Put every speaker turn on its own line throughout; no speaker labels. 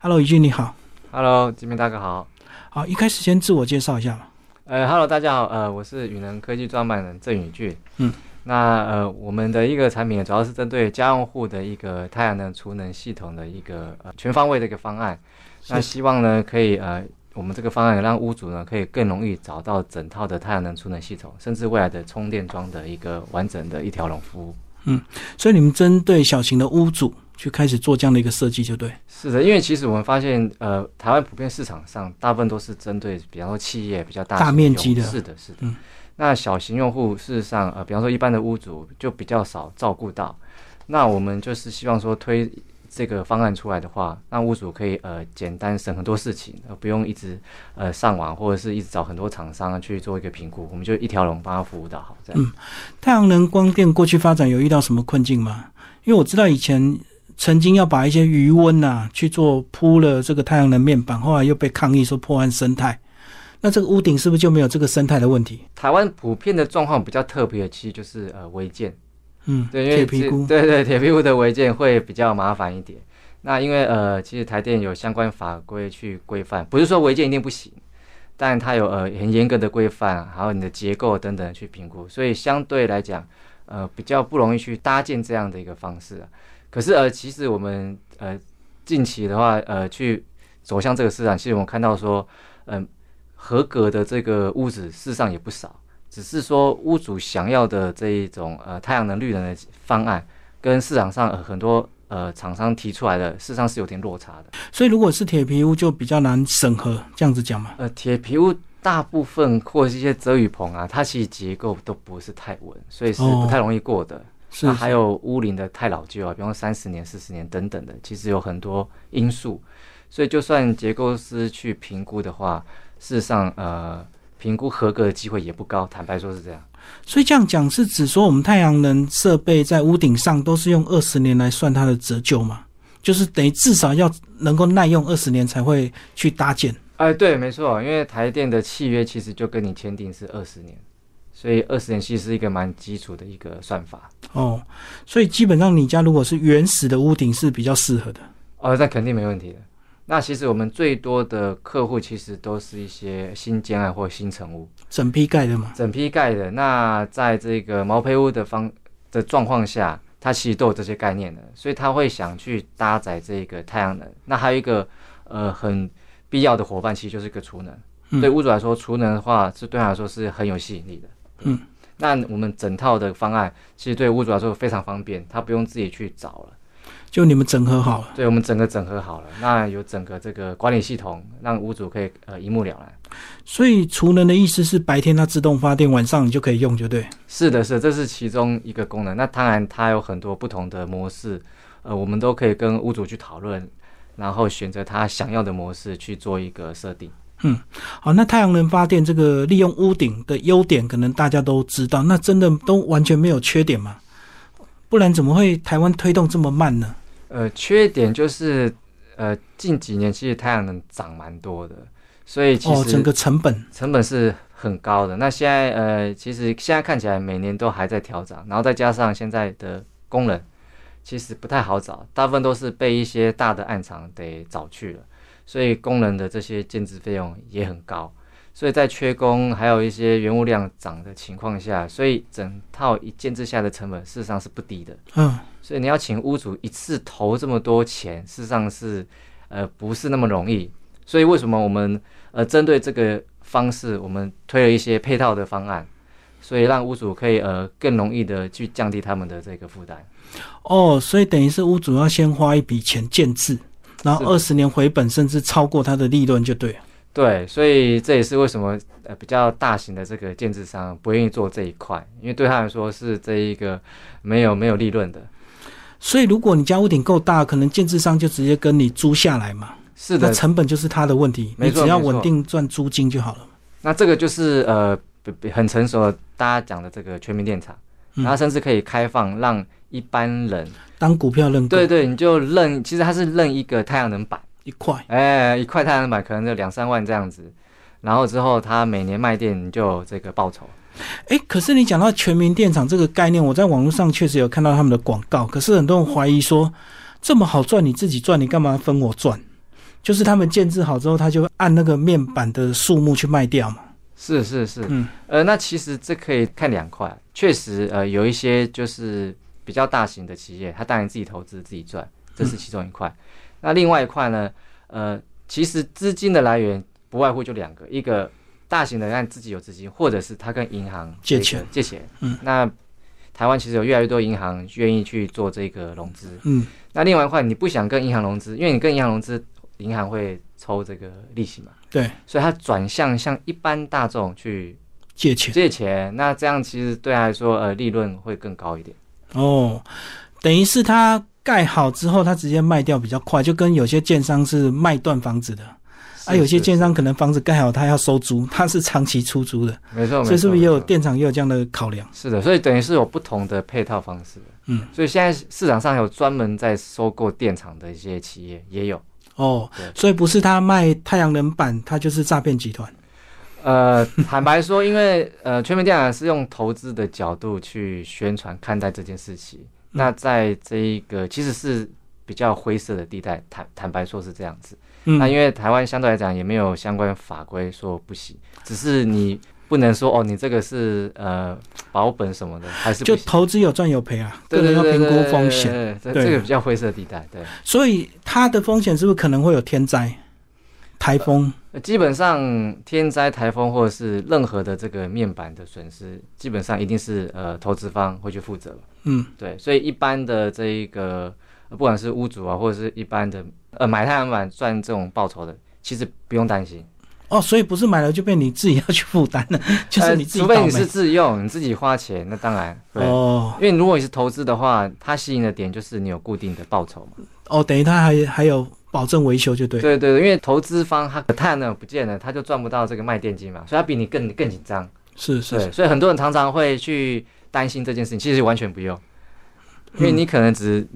Hello，宇俊你好，
Hello，金明大哥好。
好，一开始先自我介绍一下吧。
呃，Hello，大家好。呃，我是宇能科技创办人郑宇俊。
嗯，
那呃，我们的一个产品主要是针对家用户的一个太阳能储能系统的一个呃全方位的一个方案。那
是
希望呢，可以呃，我们这个方案让屋主呢可以更容易找到整套的太阳能储能系统，甚至未来的充电桩的一个完整的一条龙服务。
所以你们针对小型的屋主去开始做这样的一个设计，就对。
是的，因为其实我们发现，呃，台湾普遍市场上大部分都是针对，比方说企业比较大
大
型
面
用户
积的
是的，是的。
嗯
那小型用户事实上，呃，比方说一般的屋主就比较少照顾到。那我们就是希望说推这个方案出来的话，让屋主可以呃简单省很多事情，而不用一直呃上网或者是一直找很多厂商去做一个评估，我们就一条龙帮他服务到好这样。
嗯太阳能光电过去发展有遇到什么困境吗？因为我知道以前曾经要把一些余温呐、去做铺了这个太阳能面板，后来又被抗议说破坏生态。那这个屋顶是不是就没有这个生态的问题？
台湾普遍的状况比较特别，其实就是呃违建。
嗯，
对，因为
铁皮
这
菇。
对对，铁皮屋的违建会比较麻烦一点。那因为呃，其实台电有相关法规去规范，不是说违建一定不行，但它有呃很严格的规范，还有你的结构等等去评估，所以相对来讲，呃比较不容易去搭建这样的一个方式、啊。可是呃，其实我们呃近期的话，呃去走向这个市场，其实我们看到说，嗯、合格的这个屋子事实上也不少。只是说屋主想要的这一种呃太阳能绿能的方案，跟市场上、呃、很多呃厂商提出来的，事实上是有点落差的。
所以如果是铁皮屋，就比较难审核，这样子讲嘛。
呃，铁皮屋大部分或者是一些遮雨棚啊，它其实结构都不是太稳，所以是不太容易过的。
哦是
啊那还有屋龄的太老旧啊，比方三十年、四十年等等的，其实有很多因素。所以就算结构师去评估的话，事实上呃评估合格的机会也不高，坦白说是这样。
所以这样讲是指说，我们太阳能设备在屋顶上都是用二十年来算它的折旧嘛？就是等于至少要能够耐用二十年才会去搭建。
哎，对，没错，因为台电的契约其实就跟你签订是二十年，所以二十年其实是一个蛮基础的一个算法。
哦，所以基本上你家如果是原始的屋顶是比较适合的。
哦，那肯定没问题的。那其实我们最多的客户其实都是一些新建案或新成屋，
整批盖的嘛，
整批盖的。那在这个毛坯屋的方的状况下，它其实都有这些概念的，所以他会想去搭载这个太阳能。那还有一个呃很必要的伙伴，其实就是一个储能。
嗯
对屋主来说，储能的话是对他来说是很有吸引力的。
嗯，
那我们整套的方案其实对屋主来说非常方便，他不用自己去找了。
就你们整合好了。
对我们整个整合好了，那有整个这个管理系统，让屋主可以呃一目了然。
所以储能的意思是白天它自动发电，晚上你就可以用，就对。
是的，是的，这是其中一个功能。那当然，它有很多不同的模式，呃，我们都可以跟屋主去讨论，然后选择他想要的模式去做一个设定。
好，那太阳能发电这个利用屋顶的优点，可能大家都知道，那真的都完全没有缺点嘛？不然怎么会台湾推动这么慢呢？
呃，缺点就是，呃，近几年其实太阳能涨蛮多的，所以其
哦，整
实
个成本
成本是很高的。那现在呃，其实现在看起来每年都还在调涨，然后再加上现在的工人其实不太好找，大部分都是被一些大的暗场得找去了，所以工人的这些建制费用也很高。所以在缺工还有一些原物量涨的情况下，所以整套一建制下的成本事实上是不低的。
嗯，
所以你要请屋主一次投这么多钱，事实上是呃不是那么容易。所以为什么我们呃针对这个方式，我们推了一些配套的方案，所以让屋主可以呃更容易的去降低他们的这个负担。
哦，所以等于是屋主要先花一笔钱建制，然后二十年回本，甚至超过它的利润就对了。
对，所以这也是为什么呃比较大型的这个建制商不愿意做这一块，因为对他来说是这一个没有没有利润的。
所以如果你家屋顶够大，可能建制商就直接跟你租下来嘛，
是的
那，成本就是他的问题，你
没错
只要
没错
稳定赚租金就好了。
那这个就是呃比比很成熟的大家讲的这个全民电厂，
嗯
然后甚至可以开放让一般人，
当股票认购
对对，你就认，其实它是认一个太阳能板，
一块，
哎，一块太阳能板可能就两三万这样子，然后之后它每年卖电你就有这个报酬。
诶，可是你讲到全民电厂这个概念，我在网络上确实有看到他们的广告，可是很多人怀疑说，这么好赚，你自己赚，你干嘛分我赚？就是他们建制好之后，他就按那个面板的数目去卖掉嘛。
是是是，
嗯
呃，那其实这可以看两块，确实，呃，有一些就是比较大型的企业，它当然自己投资自己赚，这是其中一块。 那另外一块呢，呃，其实资金的来源不外乎就两个，一个大型的按自己有资金，或者是他跟银行
借
这个
钱
借钱。
嗯，
那台湾其实有越来越多银行愿意去做这个融资。
嗯，
那另外一块，你不想跟银行融资，因为你跟银行融资，银行会抽这个利息嘛，
对，
所以它转向向一般大众去
借钱
借钱，那这样其实对他来说，呃，利润会更高一点。
哦，等于是他盖好之后，他直接卖掉比较快，就跟有些建商是卖断房子的，啊，
是
有些建商
是
可能房子盖好，他要收租，他是长期出租的，
没错，没错
所以是不是也有？
没错
电厂也有这样的考量？
是的，所以等于是有不同的配套方式。
嗯，
所以现在市场上有专门在收购电厂的一些企业也有，
哦
对，
所以不是他卖太阳能板，他就是诈骗集团。
呃，坦白说，因为呃，全民电缆是用投资的角度去宣传看待这件事
嗯
情。那在这一个其实是比较灰色的地带，坦坦白说是这样子。
嗯
啊那因为台湾相对来讲也没有相关法规说不行，只是你不能说哦，你这个是呃保本什么的，还是
就
不行。
投资有赚有赔啊，
对
个人
对
要
对
评
对
估
对
风险，
对对
对
对这个比较灰色地带。对，
所以它的风险是不是可能会有天灾、台风？
呃基本上天灾、台风或者是任何的这个面板的损失，基本上一定是呃投资方会去负责。
嗯，
对，所以一般的这一个，呃不管是屋主啊，或者是一般的呃买太阳板赚这种报酬的，其实不用担 心，
哦，所以不是买了就变你自己要去负担了，就是你自己
呃、除
倒霉。
非你是自用，你自己花钱，那当然对。
哦
因为如果你是投资的话，它吸引的点就是你有固定的报酬嘛。
哦，等于它还还有保证维修就对。
对对，因为投资方他太阳能不见了，他就赚不到这个卖电机嘛，所以他比你更更紧张。
是是
对，
是，
所以很多人常常会去担心这件事情，其实完全不用，因为你可能只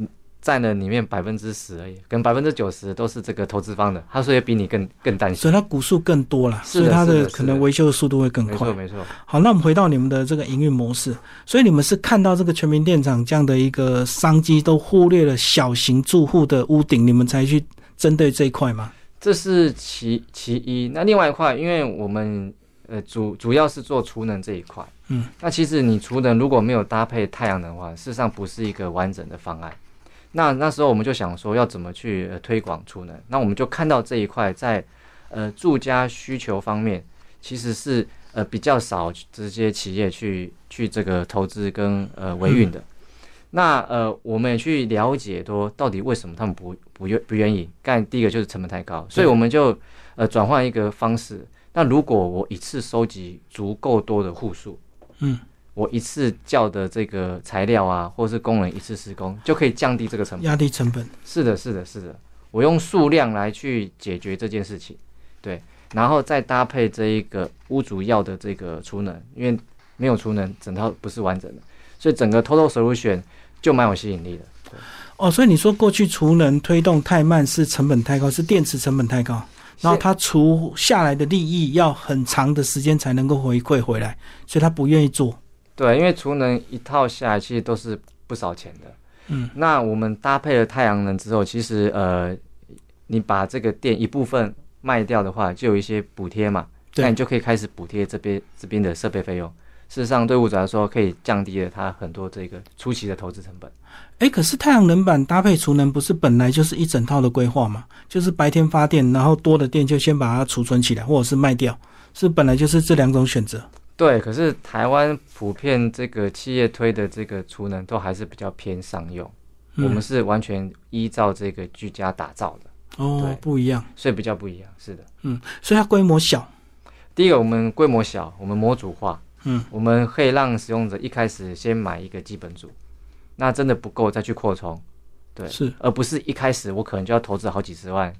占了里面百分之十而已，跟百分之九十都是这个投资方的，他所以比你更更担心。
所以它股数更多了，
是
所
的
以它
是的
可能维修的速度会更
没
快
错。没错，
好，那我们回到你们的这个营运模式，所以你们是看到这个全民电厂这样的一个商机，都忽略了小型住户的屋顶，你们才去针对这一块吗？
这是其其一。那另外一块，因为我们呃主主要是做储能这一块，
嗯，
那其实你储能如果没有搭配太阳能的话，事实上不是一个完整的方案。那那时候我们就想说要怎么去、呃、推广储能，那我们就看到这一块在呃住家需求方面其实是呃比较少这些企业去去这个投资跟呃维运的。那呃，我们也去了解多到底为什么他们不不愿不愿意干。第一个就是成本太高，所以我们就呃转换一个方式。那如果我一次收集足够多的户数，
嗯，
我一次叫的这个材料啊，或是工人一次施工，就可以降低这个成本。
压低成本，
是的，是的，是的，我用数量来去解决这件事情，对，然后再搭配这一个屋主要的这个储能，因为没有储能，整套不是完整的，所以整个 total solution 就蛮有吸引力的。
哦，所以你说过去储能推动太慢是成本太高，是电池成本太高，然后它除下来的利益要很长的时间才能够回馈回来，所以他不愿意做。
对，因为储能一套下来其实都是不少钱的。
嗯，
那我们搭配了太阳能之后，其实呃，你把这个电一部分卖掉的话，就有一些补贴嘛，
对
那你就可以开始补贴这边这边的设备费用。事实上，对物主来说，可以降低了它很多这个初期的投资成本。
哎，可是太阳能板搭配储能不是本来就是一整套的规划吗？就是白天发电，然后多的电就先把它储存起来，或者是卖掉，是本来就是这两种选择。
对，可是台湾普遍这个企业推的这个储能都还是比较偏商用，
嗯
我们是完全依照这个居家打造的，对
哦，不一样，
所以比较不一样。是的。
嗯，所以它规模小，
第一个，我们规模小，我们模组化，
嗯，
我们可以让使用者一开始先买一个基本组，那真的不够再去扩充，对，
是
而不是一开始我可能就要投资好几十万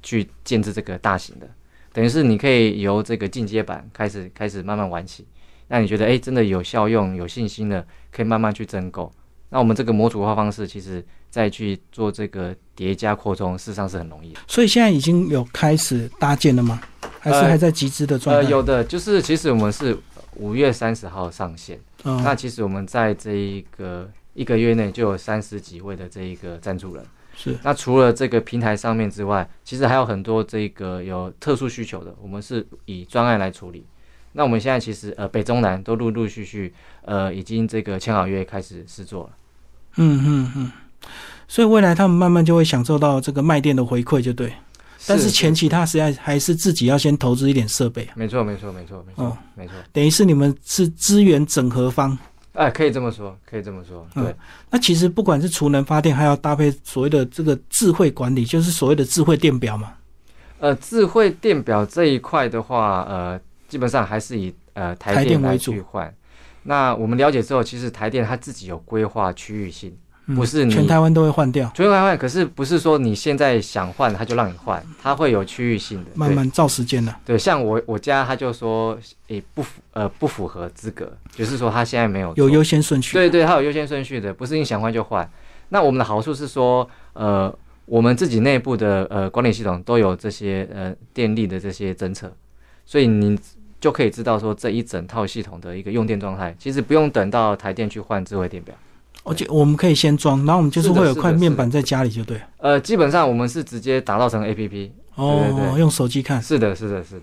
去建制这个大型的，等于是你可以由这个进阶版开始开始慢慢玩起，那你觉得诶真的有效用、有信心了，可以慢慢去增购。那我们这个模组化方式，其实再去做这个叠加扩充，事实上是很容易的。
所以现在已经有开始搭建了吗？还是嗯
呃
还在集资的状态？
呃，有的就是其实我们是五月三十号上线。
嗯，
那其实我们在这一个一个月内就有三十几位的这一个赞助人，
是
那除了这个平台上面之外，其实还有很多这个有特殊需求的，我们是以专案来处理。那我们现在其实呃北中南都陆陆续续呃已经这个签好约开始试做了。
嗯嗯嗯，所以未来他们慢慢就会享受到这个卖店的回馈，就对。但是前期他实在还是自己要先投资一点设备啊，
没错没错没错没
哦
错没错，
等于是你们是资源整合方。
哎，可以这么说，可以这么说，
嗯
对，
那其实不管是储能发电，还要搭配所谓的这个智慧管理，就是所谓的智慧电表嘛。
呃，智慧电表这一块的话，呃，基本上还是以呃
台
台
电
电
为
来
主
去换。那我们了解之后，其实台电它自己有规划区域性，不是你
嗯全台湾都会换掉，
所以换换，可是不是说你现在想换它就让你换，它会有区域性的。
慢慢照时间了。
对对，像我我家他就说，诶、不符呃不符合资格，就是说他现在没有
有
做
优先顺序。
对对，它有优先顺序的，不是你想换就换。那我们的好处是说，呃，我们自己内部的呃管理系统都有这些呃电力的这些侦测，所以你就可以知道说这一整套系统的一个用电状态，其实不用等到台电去换智慧电表。
而且哦我们可以先装，然后我们就是
是的
会有
是
块
的
面
是的
板在家里，就对了。
呃，基本上我们是直接打造成 A P P。对对
哦，
对
用手机看，
是的，是的，是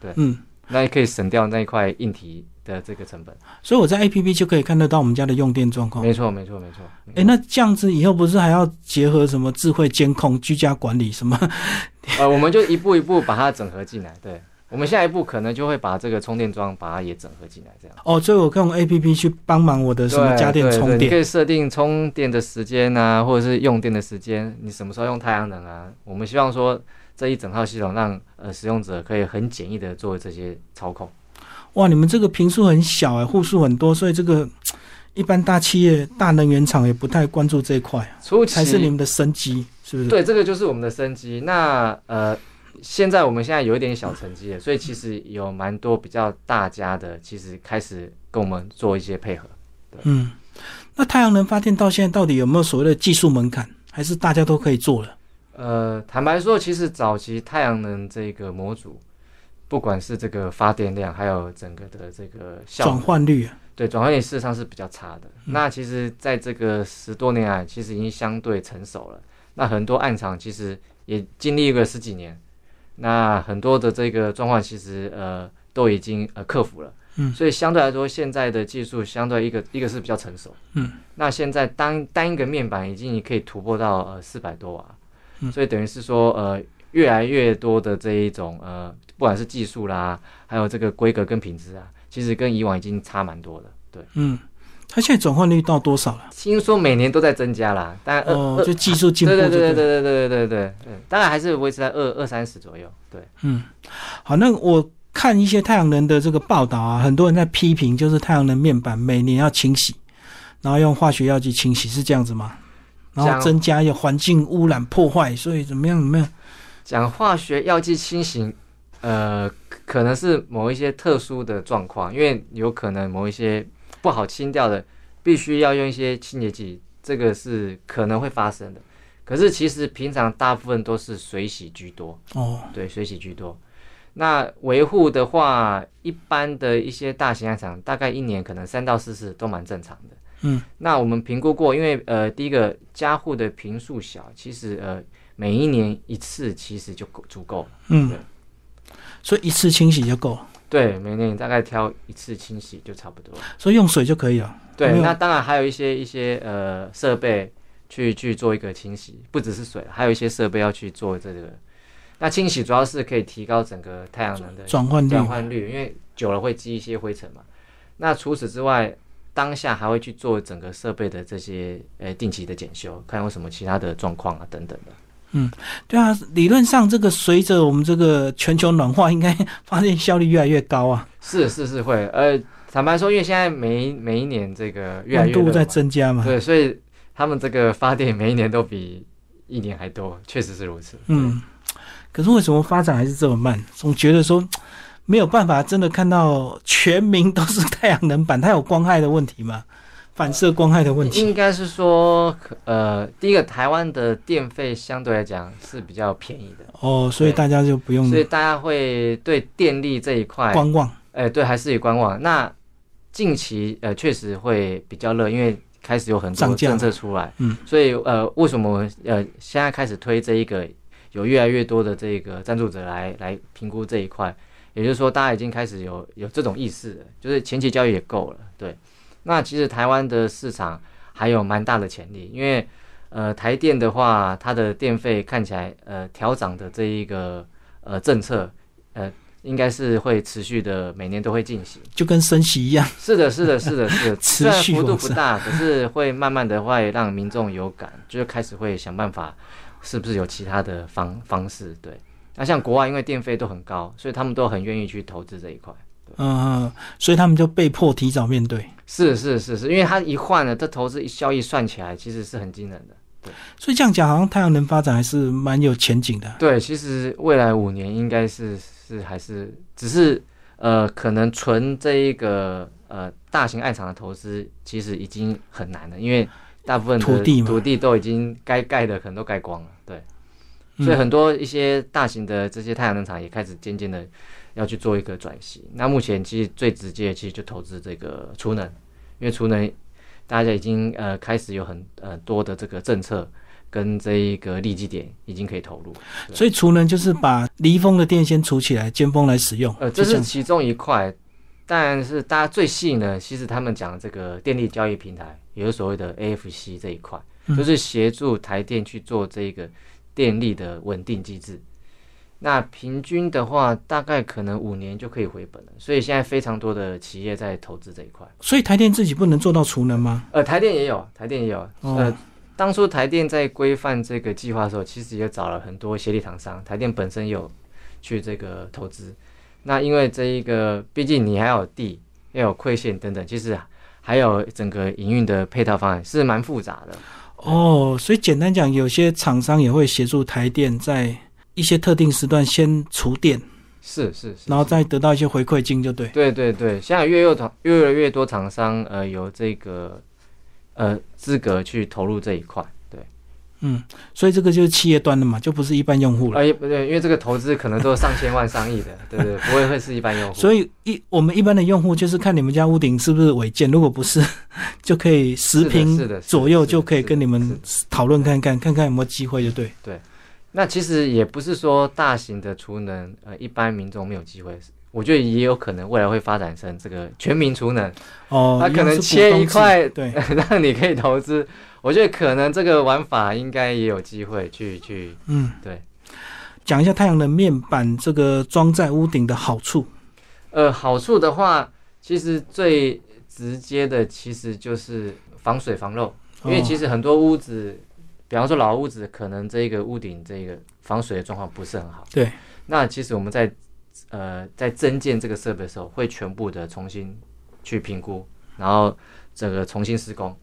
的，
嗯，
那也可以省掉那一块硬体的这个成本。
所以我在 A P P 就可以看得到我们家的用电状况。
没错，没错，没错。
诶，那这样子以后不是还要结合什么智慧监控、居家管理什么？
呃，我们就一步一步把它整合进来。对，我们下一步可能就会把这个充电桩把它也整合进来，这样。
哦，所以我可以用 A P P 去帮忙我的什么
对
家电
对
充
对你可
电。
以设定充电的时间啊，或者是用电的时间，你什么时候用太阳能啊？我们希望说这一整套系统让呃使用者可以很简易的做这些操控。
哇，你们这个频数很小诶，户数很多，所以这个嘖一般大企业、大能源厂也不太关注这一块，
初期
才是你们的升级，是不是？
对，这个就是我们的升级。那呃，现在我们现在有一点小成绩了，所以其实有蛮多比较大家的，其实开始跟我们做一些配合。
嗯，那太阳能发电到现在到底有没有所谓的技术门槛，还是大家都可以做了？
呃，坦白说，其实早期太阳能这个模组，不管是这个发电量，还有整个的这个效
转
能，
换率、啊，
对转换率事实上是比较差的。
嗯
那其实在这个十多年来，其实已经相对成熟了。那很多暗场其实也经历了十几年，那很多的这个状况其实呃都已经呃克服了。
嗯
所以相对来说，现在的技术相对一个一个是比较成熟。
嗯，
那现在单单一个面板已经可以突破到呃四百多瓦，
嗯
所以等于是说呃越来越多的这一种呃不管是技术啦，还有这个规格跟品质啊，其实跟以往已经差蛮多的。对，
嗯，它现在转换率到多少了？
听说每年都在增加啦，但二、
哦，
二
就技术进步
呃对
就对
对对对
了
对对对对对，嗯，当然还是维持在二二三十左右。对，
嗯，好，那我看一些太阳能的这个报道啊，很多人在批评，就是太阳能面板每年要清洗，然后用化学药剂清洗，是这样子吗？然后
这样
增加一些环境污染破坏，所以怎么样怎么样？
讲化学药剂清洗，呃，可能是某一些特殊的状况，因为有可能某一些不好清掉的，必须要用一些清洁剂，这个是可能会发生的。可是其实平常大部分都是水洗居多，
哦，
对，水洗居多。那维护的话，一般的一些大型案场，大概一年可能三到四次都蛮正常的。
嗯，
那我们评估过，因为呃，第一个家户的平数小，其实呃，每一年一次其实就够足够了。
嗯
对，
所以一次清洗就够了，
对，每年大概挑一次清洗就差不多了。
所以用水就可以了。没
对，
有
那当然还有一些一些呃设备去去做一个清洗，不只是水，还有一些设备要去做这个。那清洗主要是可以提高整个太阳能的
转换率
转换率，因为久了会积一些灰尘嘛。那除此之外，当下还会去做整个设备的这些呃定期的检修，看有什么其他的状况啊等等的。
对啊，理论上这个随着我们这个全球暖化，应该发电效率越来越高啊，
是是是会，呃，坦白说，因为现在每一每一年这个越来
温
越热
度在
嘛
增加嘛。
对，所以他们这个发电每一年都比一年还多，确实是如此。
嗯，可是为什么发展还是这么慢？总觉得说没有办法真的看到全民都是太阳能板，它有光害的问题嘛，反射光害的问题。
应该是说，呃，第一个台湾的电费相对来讲是比较便宜的，
哦，所以大家就不用
所以大家会对电力这一块，
观望。
哎、对，还是以观望。那近期呃确实会比较热，因为开始有很多
涨价
政策出来，
嗯，
所以呃，为什么呃现在开始推这一个，有越来越多的这个赞助者来来评估这一块，也就是说大家已经开始有有这种意识了，就是前期教育也够了，对。那其实台湾的市场还有蛮大的潜力，因为呃台电的话，它的电费看起来呃调涨的这一个呃政策呃应该是会持续的，每年都会进行。
就跟升息一样，
是的，是的，是的， 是的，
持
虽然
续
幅度
往
不
上
大，可是会慢慢的会让民众有感，就是开始会想办法，是不是有其他的方方式？对，那像国外因为电费都很高，所以他们都很愿意去投资这一块。
嗯、所以他们就被迫提早面对。
是是是是，因为它一换了，这投资一效益算起来其实是很惊人的。
所以这样讲，好像太阳能发展还是蛮有前景的。
对，其实未来五年应该是是还是只是呃，可能纯这一个呃大型爱厂的投资，其实已经很难了，因为大部分的
土地嘛
土地都已经该盖的可能都盖光了，对，所以
嗯
很多一些大型的这些太阳能厂也开始渐渐的要去做一个转型。那目前其实最直接的其实就投资这个储能，因为储能大家已经呃开始有很呃多的这个政策。跟这一个利基点已经可以投入，对
所以储能就是把离峰的电先储起来，尖峰来使用。
呃，
就
这
这
是
样
其中一块，但是大家最细呢，其实他们讲这个电力交易平台，也就是所谓的 AFC 这一块，
嗯
就是协助台电去做这个电力的稳定机制。那平均的话，大概可能五年就可以回本了，所以现在非常多的企业在投资这一块。
所以台电自己不能做到储能吗？
呃，台电也有，台电也有。
哦
呃，当初台电在规范这个计划的时候，其实也找了很多协力厂商，台电本身有去这个投资。那因为这一个，毕竟你还有地，要有馈线等等，其实还有整个营运的配套方案是蛮复杂的。
哦，所以简单讲，有些厂商也会协助台电在一些特定时段先储电，
是是是。
然后再得到一些回馈金，就对。
对对对，现在越有厂越来越多厂商呃有这个呃资格去投入这一块。对，
嗯，所以这个就是企业端的嘛，就不是一般用户了。
而呃不对，因为这个投资可能都是上千万、上亿的，对对，不会会是一般用户。
所以一我们一般的用户就是看你们家屋顶是不是违建，如果不是，就可以十
是的是的是
平
的
左右
是的
就可以
是的
跟你
是
们
的
讨论看看，看看有没有机会，就对。
那其实也不是说大型的储能，呃，一般民众没有机会。我觉得也有可能未来会发展成这个全民储能，
哦，
他
一
可
样
能
是
切
股
一
东制
块
对，
让你可以投资。我觉得可能这个玩法应该也有机会去去
嗯，
对。
讲一下太阳能面板这个装在屋顶的好处。
呃，好处的话，其实最直接的其实就是防水防漏，因为其
实
实很多屋子，比方说老屋子，可能这个屋顶这个防水的状况不是很好。
对，
那其实我们在呃在增建这个设备的时候，会全部的重新去评估，然后这个重新施工。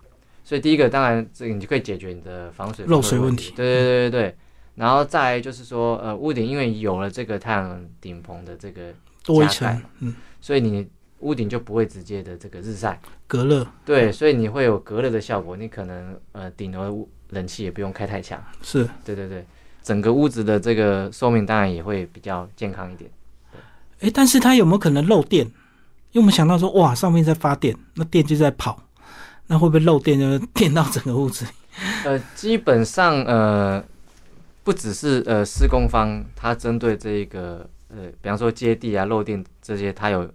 所以第一个当然这个你就可以解决你的防水
漏水
问
问
题
题，
对对对对对。然后再来就是说，呃，屋顶因为有了这个太阳能顶棚的这个，
多一
加盖
层，嗯，
所以你屋顶就不会直接的这个日晒，
隔热
对，所以你会有隔热的效果，你可能呃顶楼冷气也不用开太强，
是。
对对对，整个屋子的这个寿命当然也会比较健康一点。
诶，但是它有没有可能漏电？因为我们想到说，哇，上面在发电，那电就在跑，那会不会漏电？就是 电到整个屋子里？
呃，基本上呃，不只是呃施工方，它针对这一个呃，比方说接地啊、漏电这些，它有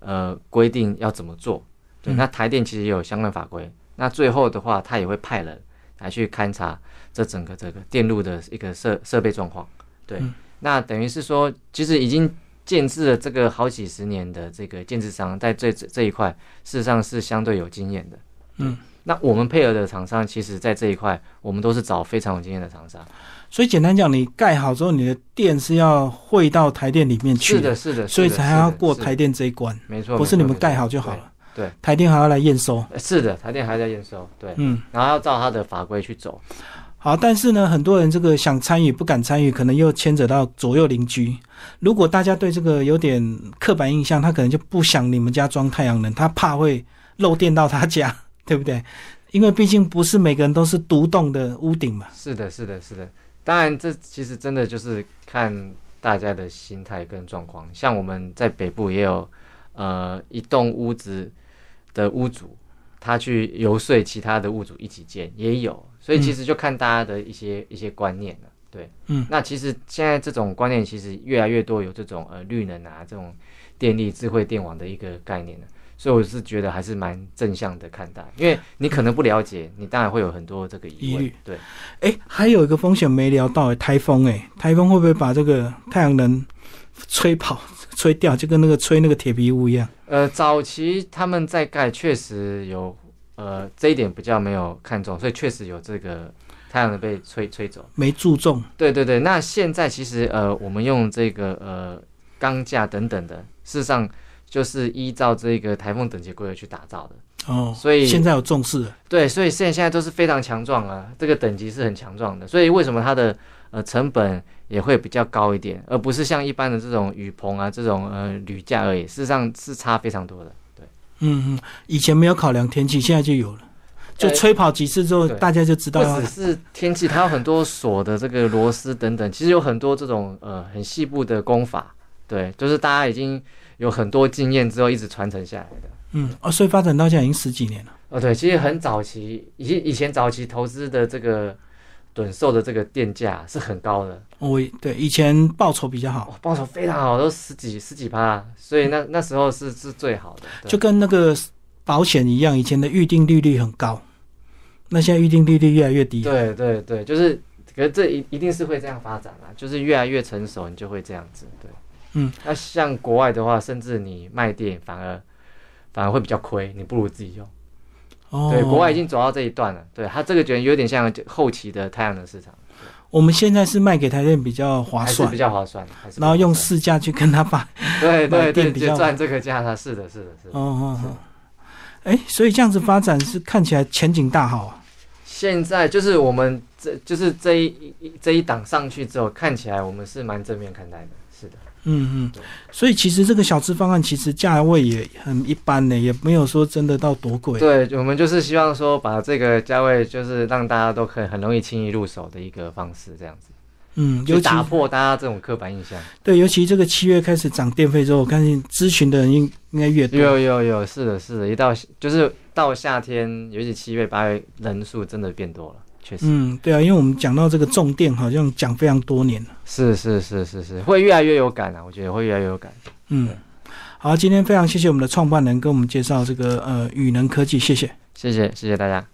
呃规定要怎么做。对，
嗯
那台电其实也有相关法规。那最后的话，它也会派人来去勘察这整个这个电路的一个设设备状况。对，
嗯
那等于是说，其实已经建制了这个好几十年的这个建制商，在这这这一块，事实上是相对有经验的。
嗯，
那我们配合的厂商，其实在这一块，我们都是找非常有经验的厂商。
所以简单讲，你盖好之后，你的电是要汇到台电里面去
是的，是的，
所以
是的
才
是
要
的
过
是
台电这一关，
没错，
不是
没
你
错
们盖好就好。了。台电还要来验收
没错。呃是的，台电还在验收，对，
嗯，
然后要照它的法规去走。
好，但是呢，很多人这个想参与不敢参与，可能又牵扯到左右邻居。如果大家对这个有点刻板印象，他可能就不想你们家装太阳能，他怕会漏电到他家， 对不对？因为毕竟不是每个人都是独栋的屋顶嘛。
是的，是的，是的。当然，这其实真的就是看大家的心态跟状况。像我们在北部也有，呃，一栋屋子的屋主，他去游说其他的物主一起建也有，所以其实就看大家的一些、一些观念了。对，
嗯，
那其实现在这种观念其实越来越多有这种呃绿能啊这种电力智慧电网的一个概念了。所以我是觉得还是蛮正向的看待，因为你可能不了解，你当然会有很多这个疑
疑
问
虑。
对，
哎、还有一个风险没聊到、诶台风、诶台风会不会把这个太阳能吹跑、吹掉，就跟那个吹那个铁皮屋一样？
呃，早期他们在盖确实有，呃，这一点比较没有看重，所以确实有这个太阳能被吹吹走。
没注重，
对对对，那现在其实呃，我们用这个呃钢架等等的，事实上就是依照这个台风等级规格去打造的。
哦，
所以
现在有重视了，
对，所以现在现在都是非常强壮啊，这个等级是很强壮的，所以为什么它的呃成本也会比较高一点，而不是像一般的这种雨棚啊这种呃铝架而已，事实上是差非常多的。
嗯嗯，以前没有考量天气，现在就有了，就
呃
吹跑几次之后，
对
大家就知道
不
要
只是天气，它有很多锁的这个螺丝等等，其实有很多这种呃很细部的功法，对，就是大家已经有很多经验之后一直传承下来的。
嗯哦，所以发展到现在已经十几年了。
哦，对，其实很早期，以以前早期投资的这个趸售的这个电价是很高的，
我对以前报酬比较好，
哦，报酬非常好，都十几十几趴，所以那那时候是是最好的。对
就跟那个保险一样，以前的预定利率很高，那现在预定利率越来越低。
对对对，就是，可是这一一定是会这样发展啦，就是越来越成熟，你就会这样子，对，
嗯，
那像国外的话，甚至你卖电反而反而会比较亏，你不如自己用。
哦，
对，国外已经走到这一段了，对它这个觉得有点像后期的太阳能市场，
我们现在是卖给台电比较划
还是
算
比，较划算，还是比较
然后用
划算
市价去跟他把。买
对对
电
对，
比
就
较
赚这个价差，是的，是的，是的。
哦哦哦，哎，所以这样子发展是看起来前景大好啊。
现在就是我们这就是这一一这一档上去之后，看起来我们是蛮正面看待的，是的，
嗯嗯，所以其实这个小资方案其实价位也很一般呢，也没有说真的到多贵。
对，我们就是希望说把这个价位，就是让大家都可以很容易轻易入手的一个方式，这样子，
嗯，尤
就
其
打破大家这种刻板印象。
对，尤其这个七月开始涨电费之后，我看咨询的人应应该越多。
有有有，是的，是的，一到就是到夏天，尤其七月八月，人数真的变多了，确实、
嗯，对啊，因为我们讲到这个重电，好像讲非常多年了。
是是是是是，会越来越有感啊，我觉得会越来越有感。
嗯
对，
好，今天非常谢谢我们的创办人跟我们介绍这个呃宇能科技，谢谢。
谢谢谢谢大家。